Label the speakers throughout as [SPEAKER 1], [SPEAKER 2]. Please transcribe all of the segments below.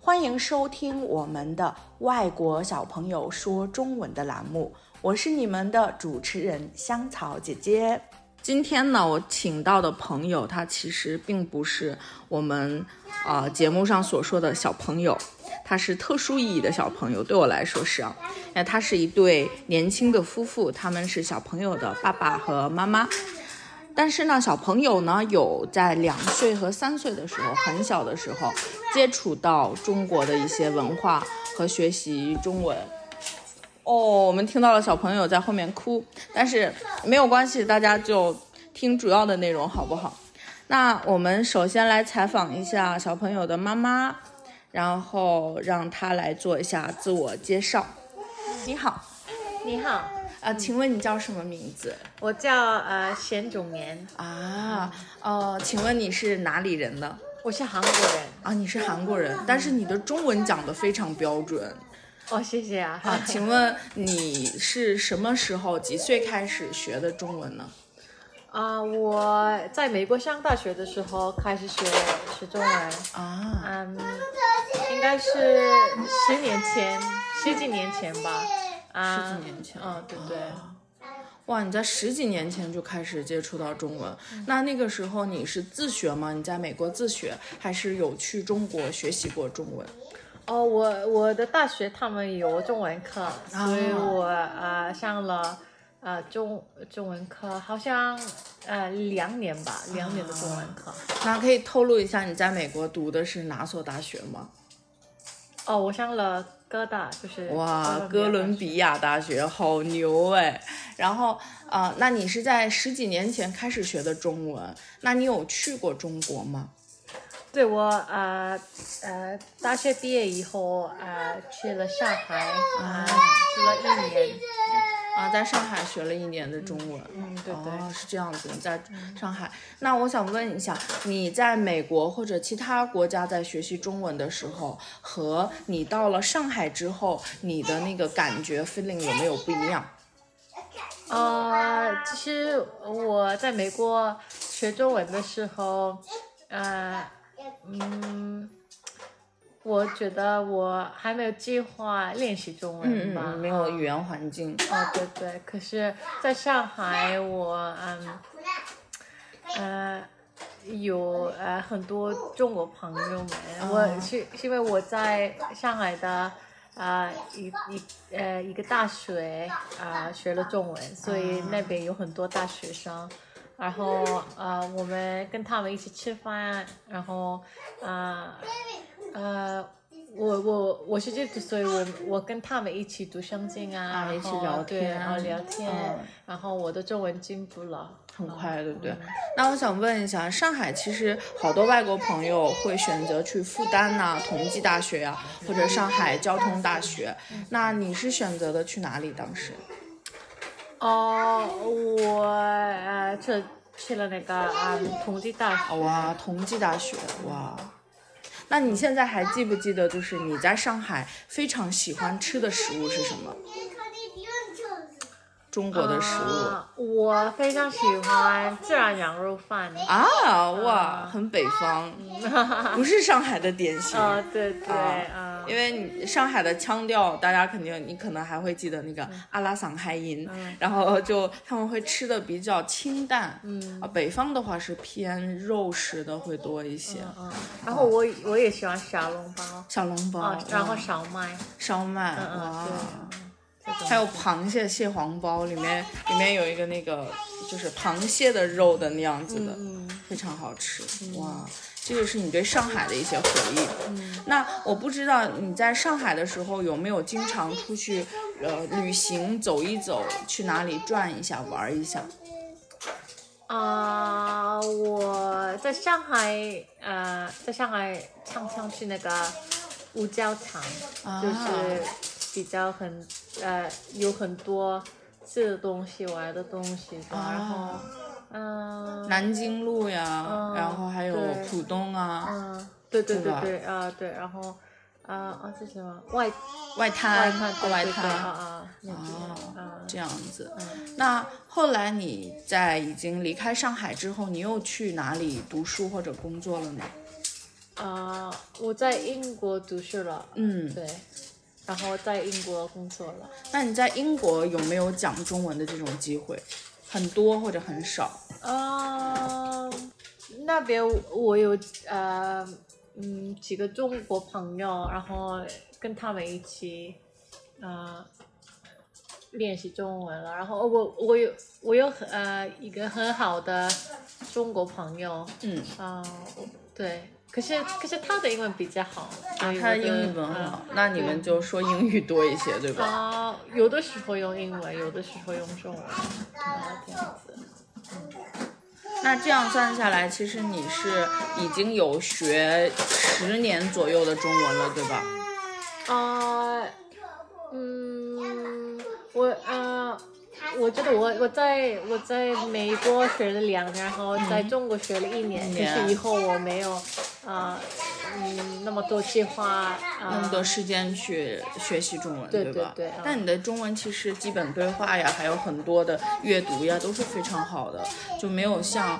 [SPEAKER 1] 欢迎收听我们的外国小朋友说中文的栏目，我是你们的主持人香草姐姐。今天呢，我请到的朋友，他其实并不是我们啊、呃节目上所说的小朋友，他是特殊意义的小朋友，对我来说是啊，那他是一对年轻的夫妇，他们是小朋友的爸爸和妈妈。但是呢，小朋友呢有在两岁和三岁的时候，很小的时候接触到中国的一些文化和学习中文。哦，我们听到了小朋友在后面哭，但是没有关系，大家就听主要的内容好不好？那我们首先来采访一下小朋友的妈妈，然后让她来做一下自我介绍。你好，
[SPEAKER 2] 你好，
[SPEAKER 1] 呃，请问你叫什么名字？
[SPEAKER 2] 我叫呃沈种年，
[SPEAKER 1] 啊，呃，请问你是哪里人呢？
[SPEAKER 2] 我是韩国人。
[SPEAKER 1] 啊，你是韩国人，但是你的中文讲得非常标准
[SPEAKER 2] 哦，谢谢啊。
[SPEAKER 1] 啊。 请问你是什么时候几岁开始学的中文呢？
[SPEAKER 2] 啊、我在美国上大学的时候开始学学中文，
[SPEAKER 1] 啊，
[SPEAKER 2] 嗯，应该是十年前，十几年前吧。啊、
[SPEAKER 1] 十几年前哦
[SPEAKER 2] 嗯，对对。
[SPEAKER 1] 哇，你在十几年前就开始接触到中文，那那个时候你是自学吗？你在美国自学，还是有去中国学习过中文？
[SPEAKER 2] 哦，我我的大学他们有中文课，
[SPEAKER 1] 啊
[SPEAKER 2] 所以我呃上了呃中中文课，好像呃两年吧，两年的中文课。
[SPEAKER 1] 那可以透露一下你在美国读的是哪所大学吗？
[SPEAKER 2] 哦，我上了哥大，就是
[SPEAKER 1] 哇，哥伦
[SPEAKER 2] 伦比亚
[SPEAKER 1] 比亚大学好牛哎！然后啊、呃那你是在十几年前开始学的中文？那你有去过中国吗？
[SPEAKER 2] 大学。对我呃呃，大学毕业以后呃去了上海，啊、去了一年。
[SPEAKER 1] 啊，在上海学了一年的中文。
[SPEAKER 2] 嗯，对对。
[SPEAKER 1] 哦，是这样子，你在上海。那我想问一下，你在美国或者其他国家在学习中文的时候，和你到了上海之后，你的那个感觉 feeling 有没有不一样？哦
[SPEAKER 2] 呃，其实我在美国学中文的时候，呃，嗯，我觉得我还没有计划练习中文
[SPEAKER 1] 嗯
[SPEAKER 2] 吧，
[SPEAKER 1] 嗯，没有语言环境。
[SPEAKER 2] 哦，对对，可是在上海我，嗯，呃，有呃很多中国朋友们，
[SPEAKER 1] 哦
[SPEAKER 2] 我是是因为我在上海的。啊、一一呃一个大学啊、学了中文，所以那边有很多大学生，
[SPEAKER 1] 啊
[SPEAKER 2] 然后呃我们跟他们一起吃饭，然后啊呃我我我是基督徒，所以我我跟他们一起读圣经啊，
[SPEAKER 1] 啊
[SPEAKER 2] 然后
[SPEAKER 1] 一起聊
[SPEAKER 2] 对，
[SPEAKER 1] 天
[SPEAKER 2] 然后聊天，
[SPEAKER 1] 嗯
[SPEAKER 2] 然后我的中文进步了。
[SPEAKER 1] 很快，对不对？那我想问一下，上海其实好多外国朋友会选择去复旦呐、同济大学呀、或者上海交通大学。那你是选择的去哪里？当时
[SPEAKER 2] 哦，我呃去去了那个啊、同济大学。
[SPEAKER 1] 哦哇，同济大学哇。那你现在还记不记得，就是你在上海非常喜欢吃的食物是什么？中国的食物
[SPEAKER 2] 啊我非常喜欢孜然羊肉饭。
[SPEAKER 1] 啊，哇，很北方，
[SPEAKER 2] 嗯
[SPEAKER 1] 不 是上海的典型。
[SPEAKER 2] 啊、对对
[SPEAKER 1] 啊
[SPEAKER 2] 啊，
[SPEAKER 1] 因为你上海的腔调，大家肯定你可能还会记得那个
[SPEAKER 2] 嗯
[SPEAKER 1] 阿拉桑海音，然后就他们会吃的比较清淡，嗯，啊，北方的话是偏肉食的会多一些，
[SPEAKER 2] 嗯然后我我也喜欢小笼包
[SPEAKER 1] 小笼包，
[SPEAKER 2] 啊，然后
[SPEAKER 1] 哇
[SPEAKER 2] 烧麦，
[SPEAKER 1] 烧麦，
[SPEAKER 2] 嗯
[SPEAKER 1] 哇
[SPEAKER 2] 嗯，，对，这
[SPEAKER 1] 还
[SPEAKER 2] 种
[SPEAKER 1] 有螃蟹蟹黄包，里面里面有一个那个就是螃蟹的肉的那样子的，
[SPEAKER 2] 嗯
[SPEAKER 1] 非常好吃，哇！这个是你对上海的一些回忆。
[SPEAKER 2] 嗯
[SPEAKER 1] 那我不知道你在上海的时候有没有经常出去呃旅行走一走，去哪里转一下玩一下？
[SPEAKER 2] 啊、我在上海，呃，在上海常常去那个五角场，啊
[SPEAKER 1] 啊
[SPEAKER 2] 就是比较很呃有很多吃的东西、玩的东西吧。然后，
[SPEAKER 1] 啊
[SPEAKER 2] 嗯、
[SPEAKER 1] 南京路呀，
[SPEAKER 2] 嗯
[SPEAKER 1] 然后还有
[SPEAKER 2] 对
[SPEAKER 1] 浦东啊、
[SPEAKER 2] 嗯、对对
[SPEAKER 1] 是
[SPEAKER 2] 对
[SPEAKER 1] 吧
[SPEAKER 2] 对啊、对，然后啊啊这是什么外
[SPEAKER 1] 外
[SPEAKER 2] 外
[SPEAKER 1] 滩、
[SPEAKER 2] 滩对
[SPEAKER 1] 外
[SPEAKER 2] 对对啊嗯
[SPEAKER 1] 滩。哦
[SPEAKER 2] 啊那边啊
[SPEAKER 1] 这样子，那后来你在已经离开上海之后，你又去哪里读书或者工作了呢？
[SPEAKER 2] 啊、呃，我在英国读书了，
[SPEAKER 1] 嗯，
[SPEAKER 2] 对，然后在英国工作了。
[SPEAKER 1] 那你在英国有没有讲中文的这种机会？很多或者很少？
[SPEAKER 2] 啊，那边我有呃嗯几个中国朋友，然后跟他们一起呃练习中文了。然后我我有我有很呃一个很好的中国朋友
[SPEAKER 1] 嗯，
[SPEAKER 2] 啊、我对，可是可是他的英文比较好，所以
[SPEAKER 1] 他的
[SPEAKER 2] 我
[SPEAKER 1] 英
[SPEAKER 2] 跟
[SPEAKER 1] 语很
[SPEAKER 2] 呃
[SPEAKER 1] 好，那你们就说英语多一些，对吧？
[SPEAKER 2] 啊、有的时候用英文，有的时候用中文，然后这样子。嗯
[SPEAKER 1] 那这样算下来，其实你是已经有学十年左右的中文了，对吧？
[SPEAKER 2] 啊，嗯，我啊，我觉得我我在我在美国学了两年，然后在中国学了一年，
[SPEAKER 1] 一
[SPEAKER 2] 可
[SPEAKER 1] 年
[SPEAKER 2] 是以后我没有啊，嗯，那么多计划啊，
[SPEAKER 1] 那么多时间去学习中文，
[SPEAKER 2] 对
[SPEAKER 1] 吧？
[SPEAKER 2] 对对嗯
[SPEAKER 1] 但你的中文其实基本对话呀，还有很多的阅读呀，都是非常好的，就没有像，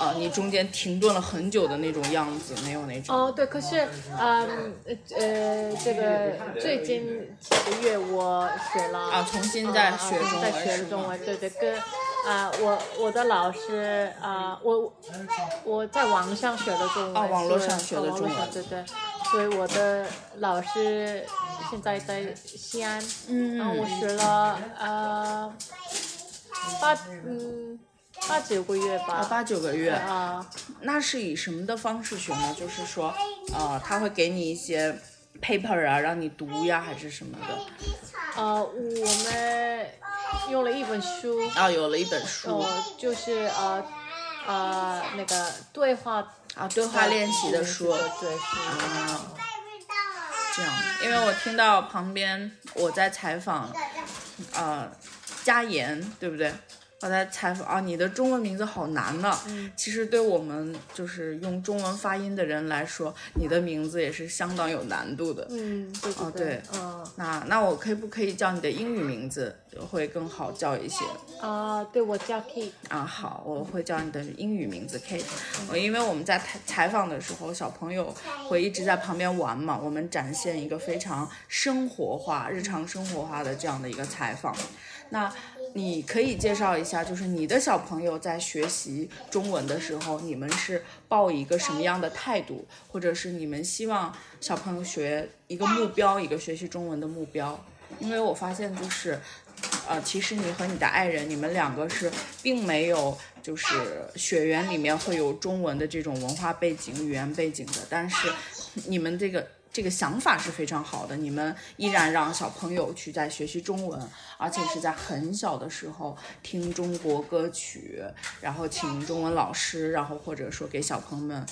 [SPEAKER 1] 呃，你中间停顿了很久的那种样子，没有那种。
[SPEAKER 2] 哦，对，可是，嗯，呃呃，这个最近几个月我学了
[SPEAKER 1] 啊重新再
[SPEAKER 2] 啊
[SPEAKER 1] 学
[SPEAKER 2] 重新
[SPEAKER 1] 中
[SPEAKER 2] 再
[SPEAKER 1] 文
[SPEAKER 2] 学
[SPEAKER 1] 是
[SPEAKER 2] 了中
[SPEAKER 1] 吗
[SPEAKER 2] 文，对对，跟啊、我我的老师啊、我我在网上学的中文，
[SPEAKER 1] 啊网络
[SPEAKER 2] 所以
[SPEAKER 1] 上学
[SPEAKER 2] 啊
[SPEAKER 1] 的
[SPEAKER 2] 网
[SPEAKER 1] 中
[SPEAKER 2] 络上
[SPEAKER 1] 文
[SPEAKER 2] 对对，所以我的老师现在在西安，然后我
[SPEAKER 1] 嗯，
[SPEAKER 2] 学了呃八嗯八九个月吧，
[SPEAKER 1] 八九个月，
[SPEAKER 2] 啊
[SPEAKER 1] 那是以什么的方式学呢？就是说，呃，他会给你一些 paper 啊，让你读呀，还是什么的？
[SPEAKER 2] 呃，我们用了一本书。
[SPEAKER 1] 啊，有了一本书
[SPEAKER 2] 哦，就是呃呃那个对话
[SPEAKER 1] 啊，对
[SPEAKER 2] 哦
[SPEAKER 1] 话练习的书
[SPEAKER 2] 对对是
[SPEAKER 1] 啊。这样，因为我听到旁边我在采访，呃，佳妍，对不对？我在采访啊，你的中文名字好难呢、
[SPEAKER 2] 嗯
[SPEAKER 1] 其实对我们就是用中文发音的人来说，你的名字也是相当有难度的。
[SPEAKER 2] 嗯对
[SPEAKER 1] 哦
[SPEAKER 2] 对
[SPEAKER 1] 对
[SPEAKER 2] 嗯
[SPEAKER 1] 那那我可以不可以叫你的英语名字会更好叫一些？
[SPEAKER 2] 啊对我叫 K
[SPEAKER 1] 啊，好，我会叫你的英语名字 Kate。我因为我们在采采访的时候，小朋友会一直在旁边玩嘛，我们展现一个非常生活化、日常生活化的这样的一个采访。那啊你可以介绍一下，就是你的小朋友在学习中文的时候，你们是抱一个什么样的态度，或者是你们希望小朋友学一个目标，一个学习中文的目标？因为我发现就是呃，其实你和你的爱人，你们两个是并没有就是血缘里面会有中文的这种文化背景、语言背景的，但是你们这个这个想法是非常好的，你们依然让小朋友去在学习中文，而且是在很小的时候听中国歌曲，然后请中文老师，然后或者说给小朋友们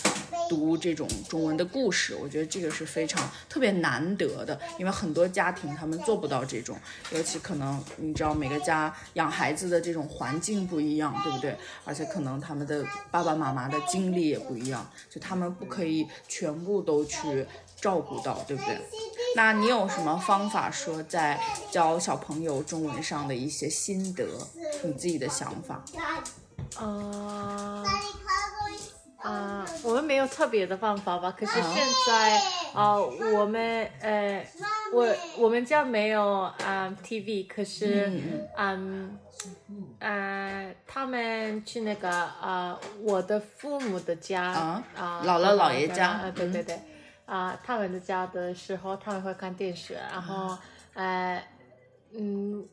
[SPEAKER 1] 读这种中文的故事，我觉得这个是非常特别难得的，因为很多家庭他们做不到这种，尤其可能你知道每个家养孩子的这种环境不一样，对不对？而且可能他们的爸爸妈妈的经历也不一样，就他们不可以全部都去照顾到，对不对？那你有什么方法说在教小朋友中文上的一些心得，你自己的想法？
[SPEAKER 2] 啊啊我们没有特别的办法吧，可是现在啊我们呃我我们家没有啊 TV，可是
[SPEAKER 1] 嗯
[SPEAKER 2] 嗯呃他们去那个啊我的父母的家
[SPEAKER 1] 啊
[SPEAKER 2] 啊
[SPEAKER 1] 姥姥姥爷家
[SPEAKER 2] 啊对对对啊他们的家的时候他们会看电视，然后
[SPEAKER 1] 啊
[SPEAKER 2] 呃嗯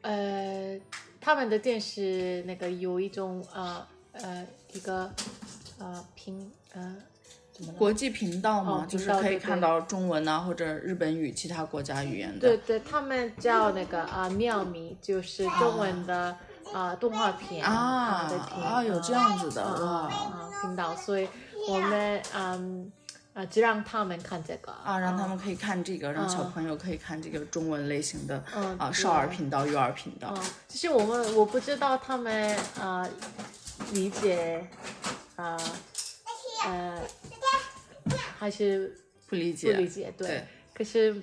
[SPEAKER 2] 呃他们的电视那个有一种呃呃一个呃屏呃怎么了？
[SPEAKER 1] 国际频道嘛，
[SPEAKER 2] 哦
[SPEAKER 1] 就是
[SPEAKER 2] 频道
[SPEAKER 1] 可以
[SPEAKER 2] 对对
[SPEAKER 1] 看到中文啊，或者日本语、其他国家语言的。
[SPEAKER 2] 对对，他们叫那个啊妙米，就是中文的啊动画片
[SPEAKER 1] 啊
[SPEAKER 2] 在听
[SPEAKER 1] 啊，有这样子的
[SPEAKER 2] 啊啊
[SPEAKER 1] 哇
[SPEAKER 2] 啊频道，所以我们嗯啊只让他们看这个
[SPEAKER 1] 啊，让他们可以看这个，让小
[SPEAKER 2] 嗯
[SPEAKER 1] 朋友可以看这个中文类型的
[SPEAKER 2] 嗯
[SPEAKER 1] 啊
[SPEAKER 2] 对
[SPEAKER 1] 少儿频道、幼儿频道
[SPEAKER 2] 啊，其实我们我不知道他们啊理解啊呃还是
[SPEAKER 1] 不理
[SPEAKER 2] 不
[SPEAKER 1] 解。
[SPEAKER 2] 理解，
[SPEAKER 1] 对
[SPEAKER 2] 对。可是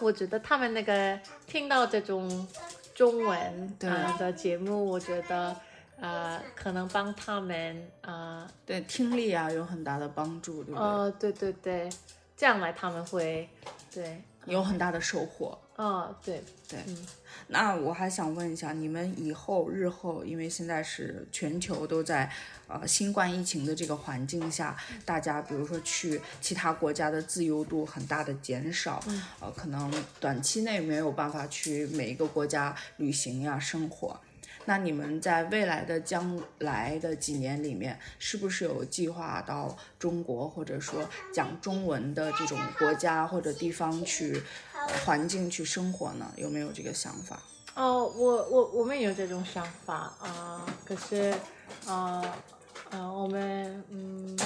[SPEAKER 2] 我觉得他们那个听到这种中文
[SPEAKER 1] 对
[SPEAKER 2] 啊、呃的节目，我觉得呃，可能帮他们啊，
[SPEAKER 1] 对听力啊有很大的帮助，对不对？
[SPEAKER 2] 呃，对对对，将来他们会对，
[SPEAKER 1] 有很大的收获。
[SPEAKER 2] 啊，对，
[SPEAKER 1] 对
[SPEAKER 2] 嗯
[SPEAKER 1] 那我还想问一下，你们以后日后，因为现在是全球都在呃新冠疫情的这个环境下，大家比如说去其他国家的自由度很大的减少，呃，可能短期内没有办法去每一个国家旅行呀、生活。那你们在未来的将来的几年里面，是不是有计划到中国或者说讲中文的这种国家或者地方去呃环境去生活呢？有没有这个想法？
[SPEAKER 2] 哦，我我我们有这种想法啊、可是，啊呃，我们嗯，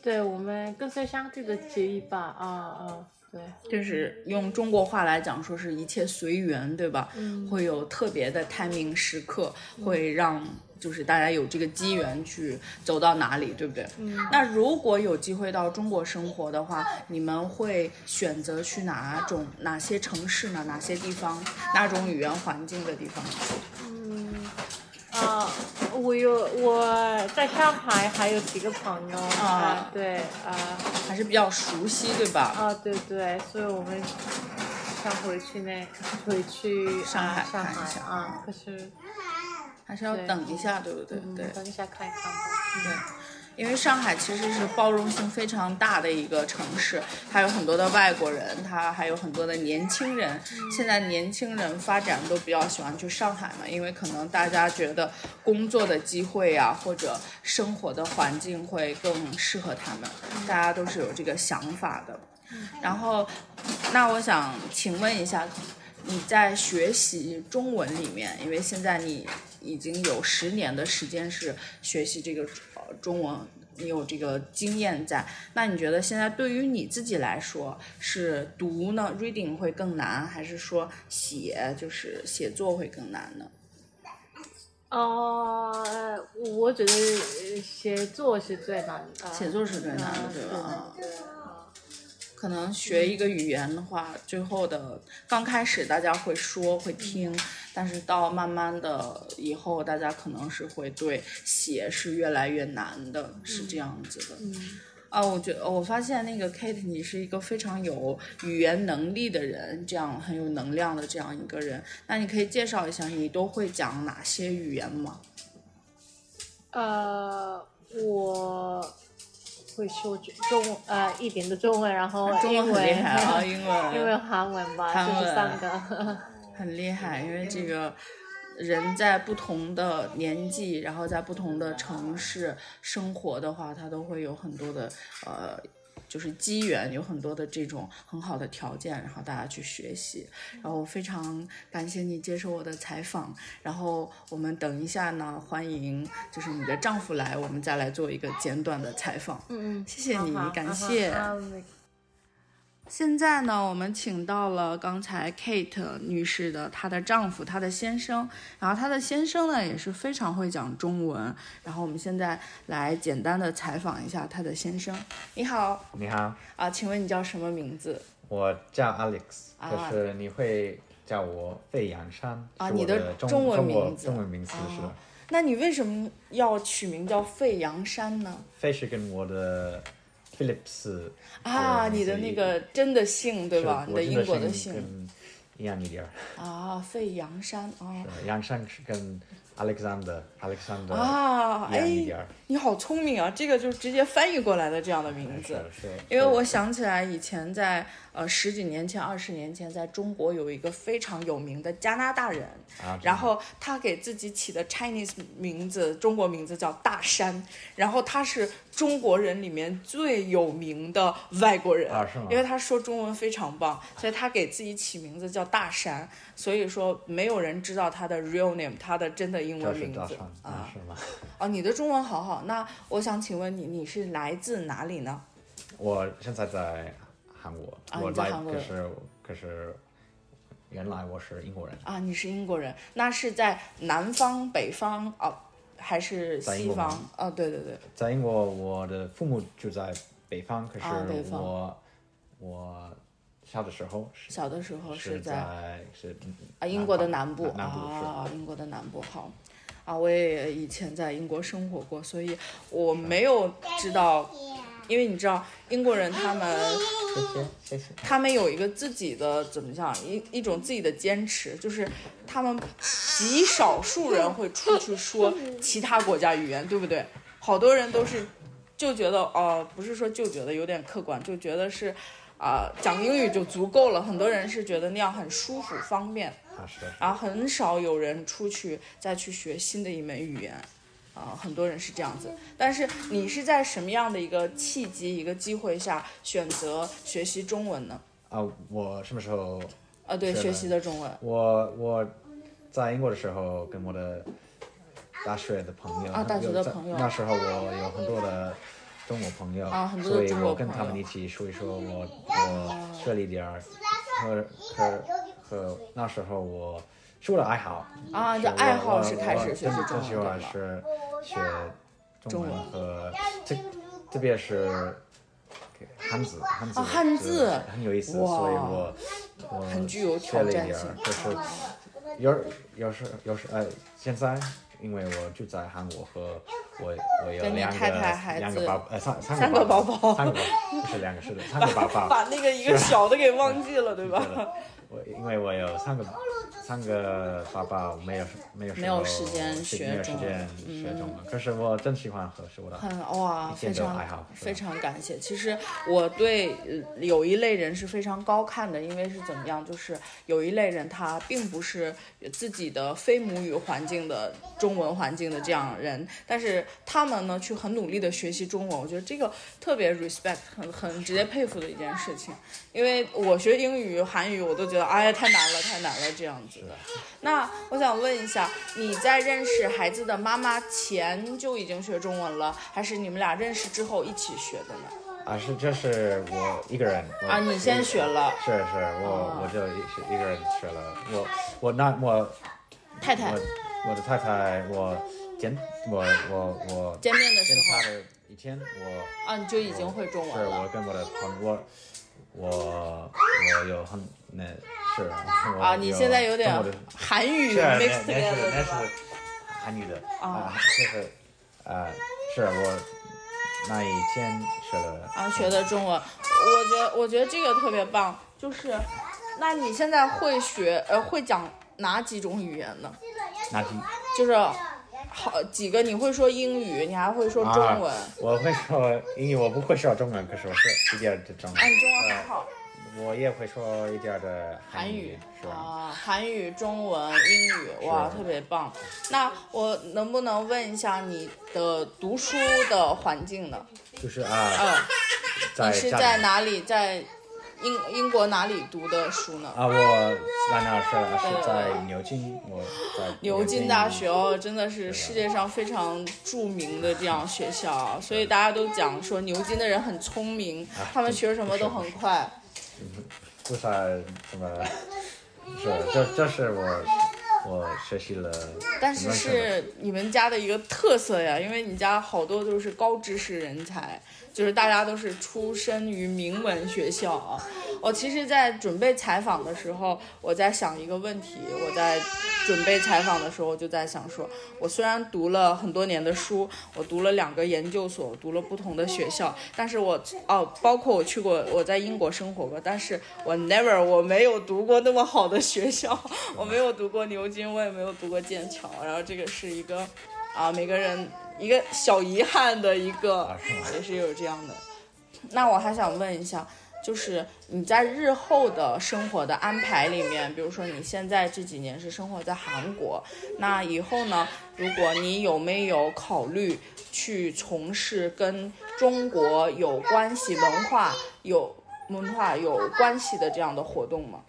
[SPEAKER 2] 对我们跟随上帝的旨意吧，啊、啊、对，
[SPEAKER 1] 就是用中国话来讲，说是一切随缘，对吧？
[SPEAKER 2] 嗯
[SPEAKER 1] 会有特别的 timing 时刻，会让就是大家有这个机缘去走到哪里，对不对？
[SPEAKER 2] 嗯
[SPEAKER 1] 那如果有机会到中国生活的话，你们会选择去哪种哪些城市呢？哪些地方？哪种语言环境的地方？
[SPEAKER 2] 嗯，啊、我有我在上海还有几个朋友啊、
[SPEAKER 1] 啊
[SPEAKER 2] 对啊
[SPEAKER 1] 还是比较熟悉，对
[SPEAKER 2] 啊、
[SPEAKER 1] 吧？
[SPEAKER 2] 对对，所以我们想回去那回去啊
[SPEAKER 1] 上海
[SPEAKER 2] 上
[SPEAKER 1] 看一
[SPEAKER 2] 海
[SPEAKER 1] 下
[SPEAKER 2] 啊、可是
[SPEAKER 1] 还是要
[SPEAKER 2] 对
[SPEAKER 1] 等一下，对不对？
[SPEAKER 2] 嗯
[SPEAKER 1] 对，
[SPEAKER 2] 等一下看一看吧，
[SPEAKER 1] 对，因为上海其实是包容性非常大的一个城市，它有很多的外国人，它还有很多的年轻人。现在年轻人发展都比较喜欢去上海嘛，因为可能大家觉得工作的机会啊，或者生活的环境会更适合他们，大家都是有这个想法的。然后，那我想请问一下，你在学习中文里面，因为现在你已经有十年的时间是学习这个呃中文，你有这个经验在。那你觉得现在对于你自己来说，是读呢 reading 会更难，还是说写就是写作会更难呢？
[SPEAKER 2] 哦、呃我觉得呃写作是最难的，
[SPEAKER 1] 写作是最难的
[SPEAKER 2] 啊，
[SPEAKER 1] 对吧？啊
[SPEAKER 2] 对对啊
[SPEAKER 1] 可能学一个语言的话，最后的刚开始大家会说会听，但是到慢慢的以后，大家可能是会对写是越来越难的，是这样子的。
[SPEAKER 2] 嗯
[SPEAKER 1] 啊，我觉得我发现那个 Kate，你是一个非常有语言能力的人，这样很有能量的这样一个人。那你可以介绍一下，你都会讲哪些语言吗？
[SPEAKER 2] 呃，我会说中中呃一点的中文，然后
[SPEAKER 1] 中文
[SPEAKER 2] 英
[SPEAKER 1] 很
[SPEAKER 2] 文，
[SPEAKER 1] 厉害啊，英文，
[SPEAKER 2] 英文韩文吧，
[SPEAKER 1] 韩文
[SPEAKER 2] 就是三个。
[SPEAKER 1] 很厉害，因为这个人在不同的年纪，然后在不同的城市生活的话，他都会有很多的呃。就是机缘有很多的这种很好的条件，然后大家去学习。然后非常感谢你接受我的采访。然后我们等一下呢，欢迎就是你的丈夫来，我们再来做一个简短的采访。
[SPEAKER 2] 嗯嗯，
[SPEAKER 1] 谢谢你
[SPEAKER 2] 好好
[SPEAKER 1] 感
[SPEAKER 2] 好
[SPEAKER 1] 谢
[SPEAKER 2] 好没
[SPEAKER 1] 现在呢，我们请到了刚才 Kate 女士的她的丈夫，她的先生，然后她的先生呢也是非常会讲中文，然后我们现在来简单的采访一下她的先生。你好
[SPEAKER 3] 你好，
[SPEAKER 1] 啊，请问你叫什么名字
[SPEAKER 3] 我叫 Alex，
[SPEAKER 1] 啊
[SPEAKER 3] 可是你会叫我费扬山，
[SPEAKER 1] 啊
[SPEAKER 3] 是
[SPEAKER 1] 你
[SPEAKER 3] 我
[SPEAKER 1] 的
[SPEAKER 3] 中
[SPEAKER 1] 中文
[SPEAKER 3] 中国
[SPEAKER 1] 名字
[SPEAKER 3] 中文名字
[SPEAKER 1] 啊
[SPEAKER 3] 是吧？
[SPEAKER 1] 那你为什么要取名叫沸阳山呢？
[SPEAKER 3] 费是跟我的 Phillips
[SPEAKER 1] 啊，
[SPEAKER 3] 这个名字
[SPEAKER 1] 你的那个真的姓对吧？
[SPEAKER 3] 是
[SPEAKER 1] 你
[SPEAKER 3] 我
[SPEAKER 1] 的英国
[SPEAKER 3] 的
[SPEAKER 1] 姓
[SPEAKER 3] 跟一样一点儿，
[SPEAKER 1] 啊，沸阳山啊
[SPEAKER 3] 是扬山是跟 Alexander Alexander
[SPEAKER 1] 啊，
[SPEAKER 3] 一样呃一
[SPEAKER 1] 哎
[SPEAKER 3] 点儿，
[SPEAKER 1] 你好聪明啊，这个就直接翻译过来的这样的名字。
[SPEAKER 3] 是是，
[SPEAKER 1] 因为
[SPEAKER 3] 是
[SPEAKER 1] 我想起来以前在呃十几年前、二十年前，在中国有一个非常有名的加拿大人，
[SPEAKER 3] 啊，
[SPEAKER 1] 然后他给自己起的 Chinese 名字，中国名字叫大山，然后他是中国人里面最有名的外国人，
[SPEAKER 3] 啊是吗
[SPEAKER 1] 因为他说中文非常棒，所以他给自己起名字叫大山，所以说没有人知道他的 real name，他的真的英
[SPEAKER 3] 这
[SPEAKER 1] 文
[SPEAKER 3] 是
[SPEAKER 1] 名
[SPEAKER 3] 大
[SPEAKER 1] 字
[SPEAKER 3] 山嗯
[SPEAKER 1] 啊
[SPEAKER 3] 是吗？
[SPEAKER 1] 哦，你的中文好好，那我想请问你，你是来自哪里呢？
[SPEAKER 3] 我现在在韩国，
[SPEAKER 1] 啊
[SPEAKER 3] 我
[SPEAKER 1] 你在
[SPEAKER 3] 来
[SPEAKER 1] 韩国
[SPEAKER 3] 可是可是原来我是英国人，
[SPEAKER 1] 啊，你是英国人，那是在南方、北方哦，还是
[SPEAKER 3] 在英
[SPEAKER 1] 西
[SPEAKER 3] 国吗
[SPEAKER 1] 方？哦，对对对，
[SPEAKER 3] 在英国，我的父母住在北方，可是
[SPEAKER 1] 啊北方
[SPEAKER 3] 我、我小的时候是
[SPEAKER 1] 小的时候
[SPEAKER 3] 是
[SPEAKER 1] 在
[SPEAKER 3] 在是嗯
[SPEAKER 1] 啊英国的
[SPEAKER 3] 南
[SPEAKER 1] 南部
[SPEAKER 3] 南部是
[SPEAKER 1] 啊，英国的南部好。啊，我也以前在英国生活过，所以我
[SPEAKER 3] 啊
[SPEAKER 1] 没有知道，因为你知道英国人他们
[SPEAKER 3] 谢谢谢谢。
[SPEAKER 1] 他们有一个自己的怎么讲一一种自己的坚持，就是他们极少数人会出去说其他国家语言，对不对？好多人都是就觉得哦、不是说就觉得有点客观，就觉得是啊、讲英语就足够了。很多人是觉得那样很舒服方便，
[SPEAKER 3] 啊是的，
[SPEAKER 1] 然后很少有人出去再去学新的一门语言。啊、很多人是这样子，但是你是在什么样的一个契机、一个机会下选择学习中文呢？
[SPEAKER 3] 啊，我什么时候？
[SPEAKER 1] 啊，对，
[SPEAKER 3] 是的
[SPEAKER 1] 学习的中文
[SPEAKER 3] 我我在英国的时候，跟我的大学的朋友
[SPEAKER 1] 啊大学的
[SPEAKER 3] 在
[SPEAKER 1] 朋友
[SPEAKER 3] 那时候我有很多的中国朋友，
[SPEAKER 1] 啊很多的
[SPEAKER 3] 所以
[SPEAKER 1] 中国
[SPEAKER 3] 我跟
[SPEAKER 1] 朋
[SPEAKER 3] 他们
[SPEAKER 1] 友哦
[SPEAKER 3] 一起说一说我我学了一点儿，和和和那时候我是我的爱好
[SPEAKER 1] 啊，
[SPEAKER 3] 嗯是
[SPEAKER 1] 这
[SPEAKER 3] 我
[SPEAKER 1] 爱好
[SPEAKER 3] 我
[SPEAKER 1] 是开始学
[SPEAKER 3] 我
[SPEAKER 1] 习
[SPEAKER 3] 那
[SPEAKER 1] 中
[SPEAKER 3] 时
[SPEAKER 1] 文
[SPEAKER 3] 候
[SPEAKER 1] 的了。
[SPEAKER 3] 是学
[SPEAKER 1] 中
[SPEAKER 3] 中
[SPEAKER 1] 文
[SPEAKER 3] 文和这特别是汉字汉字
[SPEAKER 1] 啊汉字
[SPEAKER 3] 是很有意思，
[SPEAKER 1] 哇
[SPEAKER 3] 所以我我
[SPEAKER 1] 很具有
[SPEAKER 3] 学了一
[SPEAKER 1] 挑战
[SPEAKER 3] 点儿
[SPEAKER 1] 性
[SPEAKER 3] 就是有有时有时呃，现在因为我住在韩国和我我有
[SPEAKER 1] 跟你
[SPEAKER 3] 两个
[SPEAKER 1] 太太孩
[SPEAKER 3] 两
[SPEAKER 1] 子
[SPEAKER 3] 个宝呃三
[SPEAKER 1] 三
[SPEAKER 3] 三
[SPEAKER 1] 个
[SPEAKER 3] 个宝
[SPEAKER 1] 宝宝
[SPEAKER 3] 三个宝宝不是两个是的三个宝宝。
[SPEAKER 1] 把那个一个小的给 忘记了，对
[SPEAKER 3] 对
[SPEAKER 1] 吧
[SPEAKER 3] 的？我因为我有三个三个爸爸，没有没有
[SPEAKER 1] 没有时间
[SPEAKER 3] 时
[SPEAKER 1] 学
[SPEAKER 3] 没有时
[SPEAKER 1] 中文嗯
[SPEAKER 3] 间学中文。可是我真喜欢和是我的
[SPEAKER 1] 很哇，
[SPEAKER 3] 一见
[SPEAKER 1] 非
[SPEAKER 3] 就
[SPEAKER 1] 常
[SPEAKER 3] 爱好是吧
[SPEAKER 1] 非常感谢。其实我对呃有一类人是非常高看的，因为是怎么样，就是有一类人他并不是自己的非母语环境的中文环境的这样人，但是他们呢去很努力的学习中文，我觉得这个特别 respect，很很直接佩服的一件事情。因为我学英语、韩语，我都觉得哎呀太难了，太难了这样子的。那我想问一下，你在认识孩子的妈妈前就已经学中文了，还是你们俩认识之后一起学的呢？
[SPEAKER 3] 啊，是这是我一个人我
[SPEAKER 1] 啊，你先学了，哦
[SPEAKER 3] 是是，我我就一是一个人学了，我我那我
[SPEAKER 1] 太太
[SPEAKER 3] 我我的太太，我见我我我
[SPEAKER 1] 见面的时
[SPEAKER 3] 见她
[SPEAKER 1] 候
[SPEAKER 3] 的以前，我
[SPEAKER 1] 啊，你就已经会中文
[SPEAKER 3] 是
[SPEAKER 1] 了
[SPEAKER 3] 我跟我的朋友，我我我有很那是我
[SPEAKER 1] 啊？你
[SPEAKER 3] 有
[SPEAKER 1] 现在有点
[SPEAKER 3] 跟我的
[SPEAKER 1] 韩语
[SPEAKER 3] 是啊那
[SPEAKER 1] mix
[SPEAKER 3] 那
[SPEAKER 1] together
[SPEAKER 3] 是那
[SPEAKER 1] 对
[SPEAKER 3] 是
[SPEAKER 1] 吧
[SPEAKER 3] 韩语的
[SPEAKER 1] 啊
[SPEAKER 3] 啊，就是啊，是我那以前学了
[SPEAKER 1] 啊，学的中文，我觉得我觉得这个特别棒，就是，那你现在会学呃会讲哪几种语言呢？
[SPEAKER 3] 那几
[SPEAKER 1] 就是好几个，你会说英语，你还会说中文。
[SPEAKER 3] 啊我会说英语，我不会说中文，可是我是一点儿的中文。
[SPEAKER 1] 啊，你中文很好。
[SPEAKER 3] 我也会说一点儿的
[SPEAKER 1] 韩
[SPEAKER 3] 语
[SPEAKER 1] 语，
[SPEAKER 3] 是吧？
[SPEAKER 1] 啊，韩语、中文、英语，哇，
[SPEAKER 3] 是
[SPEAKER 1] 特别棒。那我能不能问一下你的读书的环境呢？
[SPEAKER 3] 就是啊，
[SPEAKER 1] 嗯，
[SPEAKER 3] 在
[SPEAKER 1] 你是
[SPEAKER 3] 家
[SPEAKER 1] 在
[SPEAKER 3] 里
[SPEAKER 1] 哪里，在英英国哪里读的书呢？
[SPEAKER 3] 啊？我在那儿是啊
[SPEAKER 1] 对
[SPEAKER 3] 是在牛津，我在
[SPEAKER 1] 牛津大学哦，真的是
[SPEAKER 3] 的
[SPEAKER 1] 世界上非常著名的这样学校啊，所以大家都讲说牛津的人很聪明，他们学什么都很快。
[SPEAKER 3] 不算什么，是这这是我我学习了，
[SPEAKER 1] 但是是你们家的一个特色呀，因为你家好多都是高知识人才，就是大家都是出身于名门学校啊。我其实，在准备采访的时候，我在想一个问题，我在准备采访的时候，我就在想说，我虽然读了很多年的书，我读了两个研究所，我读了不同的学校，但是我哦，包括我去过，我在英国生活过，但是我 never 我没有读过那么好的学校，我没有读过牛津，我也没有读过剑桥，然后这个是一个啊，每个人一个小遗憾的一个
[SPEAKER 3] 啊，是吗？
[SPEAKER 1] 也是有这样的。那我还想问一下，就是你在日后的生活的安排里面，比如说你现在这几年是生活在韩国，那以后呢，如果你有没有考虑去从事跟中国有关系、文化有文化有关系的这样的活动吗？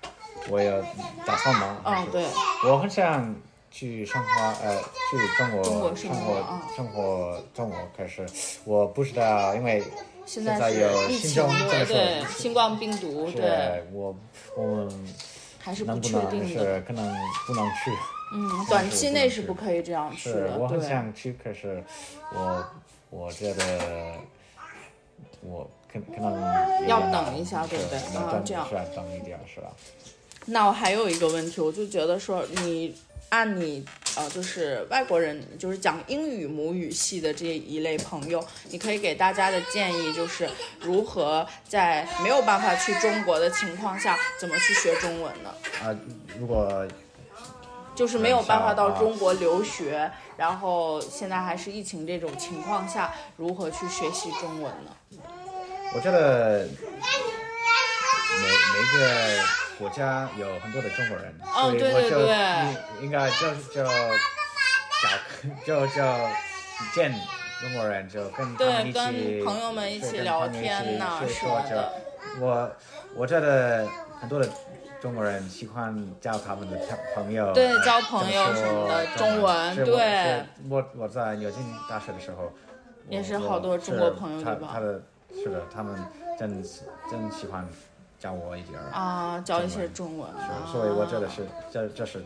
[SPEAKER 3] 我有打算吗？
[SPEAKER 1] 嗯，对，
[SPEAKER 3] 我很想去上花，呃，去中国
[SPEAKER 1] 中国生
[SPEAKER 3] 生
[SPEAKER 1] 活
[SPEAKER 3] 活
[SPEAKER 1] 啊
[SPEAKER 3] 生活中国，可是我不知道，因为
[SPEAKER 1] 现
[SPEAKER 3] 在
[SPEAKER 1] 在是
[SPEAKER 3] 有
[SPEAKER 1] 疫
[SPEAKER 3] 新
[SPEAKER 1] 情
[SPEAKER 3] 冠
[SPEAKER 1] 对
[SPEAKER 3] 这个
[SPEAKER 1] 对
[SPEAKER 3] 是
[SPEAKER 1] 新冠病毒
[SPEAKER 3] 是
[SPEAKER 1] 对，
[SPEAKER 3] 我我们
[SPEAKER 1] 还是不
[SPEAKER 3] 能不
[SPEAKER 1] 确
[SPEAKER 3] 能
[SPEAKER 1] 定的，
[SPEAKER 3] 是可能不能去，
[SPEAKER 1] 嗯，短期内是
[SPEAKER 3] 是
[SPEAKER 1] 不可以这样去
[SPEAKER 3] 是
[SPEAKER 1] 的，
[SPEAKER 3] 我很
[SPEAKER 1] 对。啊
[SPEAKER 3] 想去，可是我我觉得我可可能
[SPEAKER 1] 要等一下对不对啊
[SPEAKER 3] 啊，
[SPEAKER 1] 这样
[SPEAKER 3] 是要等一点，是吧？
[SPEAKER 1] 那我还有一个问题，我就觉得说你按你呃，就是外国人，就是讲英语母语系的这一类朋友，你可以给大家的建议就是如何在没有办法去中国的情况下，怎么去学中文呢？
[SPEAKER 3] 啊，如果
[SPEAKER 1] 就是没有办法
[SPEAKER 3] 啊
[SPEAKER 1] 到中国留学，然后现在还是疫情这种情况下，如何去学习中文呢？
[SPEAKER 3] 我觉得每每个国家有很多的中国人，
[SPEAKER 1] 哦
[SPEAKER 3] 所以
[SPEAKER 1] 对
[SPEAKER 3] 我
[SPEAKER 1] 对
[SPEAKER 3] 就
[SPEAKER 1] 对
[SPEAKER 3] 应应该就是就找 就就见中国人，就跟他们
[SPEAKER 1] 对
[SPEAKER 3] 一起，
[SPEAKER 1] 跟朋友们一起
[SPEAKER 3] 对跟
[SPEAKER 1] 聊
[SPEAKER 3] 他们一起
[SPEAKER 1] 天呐
[SPEAKER 3] 所以
[SPEAKER 1] 什
[SPEAKER 3] 说
[SPEAKER 1] 么
[SPEAKER 3] 就
[SPEAKER 1] 的
[SPEAKER 3] 我我觉得很多的中国人喜欢交他们的朋友，
[SPEAKER 1] 对
[SPEAKER 3] 呃
[SPEAKER 1] 交朋友
[SPEAKER 3] 怎么说
[SPEAKER 1] 什么的
[SPEAKER 3] 中
[SPEAKER 1] 中文
[SPEAKER 3] 文，是我
[SPEAKER 1] 对
[SPEAKER 3] 是我我在牛津大学的时候。我
[SPEAKER 1] 也是
[SPEAKER 3] 我
[SPEAKER 1] 好多中
[SPEAKER 3] 是
[SPEAKER 1] 国朋友
[SPEAKER 3] 他
[SPEAKER 1] 对吧
[SPEAKER 3] 他的是的，他们真真喜欢教我一点儿，
[SPEAKER 1] 啊，教一些中文
[SPEAKER 3] 是
[SPEAKER 1] 啊，
[SPEAKER 3] 所以我觉得是这这是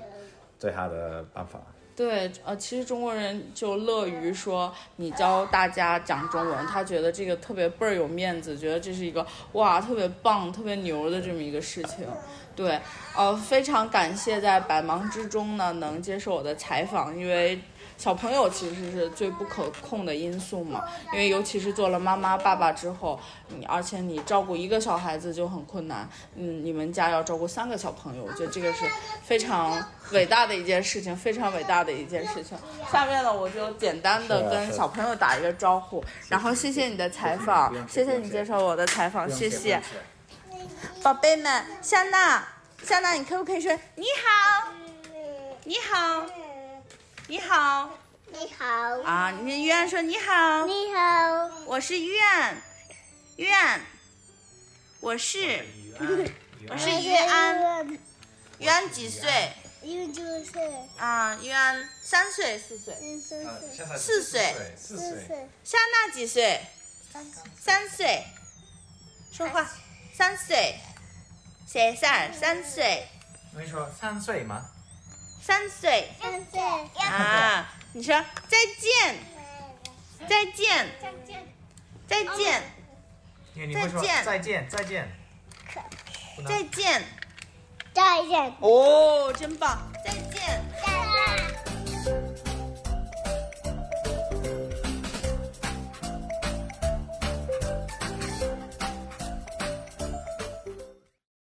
[SPEAKER 3] 最好的办法。
[SPEAKER 1] 对，呃，其实中国人就乐于说你教大家讲中文，他觉得这个特别倍儿有面子，觉得这是一个哇特别棒、特别牛的这么一个事情。对，呃，非常感谢在百忙之中呢能接受我的采访，因为小朋友其实是最不可控的因素嘛，因为尤其是做了妈妈、爸爸之后，你而且你照顾一个小孩子就很困难，嗯，你们家要照顾三个小朋友，我觉得这个是非常伟大的一件事情，非常伟大的一件事情。下面呢，我就简单
[SPEAKER 3] 是
[SPEAKER 1] 的
[SPEAKER 3] 啊
[SPEAKER 1] 跟
[SPEAKER 3] 是
[SPEAKER 1] 小朋友打一个招呼，然后谢谢你的采访
[SPEAKER 3] 不用，
[SPEAKER 1] 谢谢
[SPEAKER 3] 谢不用
[SPEAKER 1] 你
[SPEAKER 3] 谢
[SPEAKER 1] 接受我的采访，谢
[SPEAKER 3] 不用
[SPEAKER 1] 谢
[SPEAKER 3] 客气
[SPEAKER 1] 宝贝们，夏娜，夏娜，你可不可以说你好，你好，你好
[SPEAKER 4] 你好，
[SPEAKER 1] 啊？你愿说你好，
[SPEAKER 4] 你好，
[SPEAKER 1] 我是愿，愿，我是我是于安，于安几岁
[SPEAKER 4] 六九岁，
[SPEAKER 1] 啊？于安三岁四岁，
[SPEAKER 4] 三岁，
[SPEAKER 3] À,
[SPEAKER 1] 四岁，
[SPEAKER 3] 四
[SPEAKER 4] 四岁，
[SPEAKER 1] 夏娜几岁？
[SPEAKER 4] 三岁，
[SPEAKER 1] 三岁，说话，三岁，写字儿，三岁，
[SPEAKER 3] 我跟你说三岁吗？
[SPEAKER 1] 三岁
[SPEAKER 4] 三岁，
[SPEAKER 1] À. 啊！你说再见，再见，再见，
[SPEAKER 3] 因为你
[SPEAKER 1] 会说再见再
[SPEAKER 3] 见再见，
[SPEAKER 1] 再见，
[SPEAKER 4] 再见，
[SPEAKER 1] 哦，真棒，再见。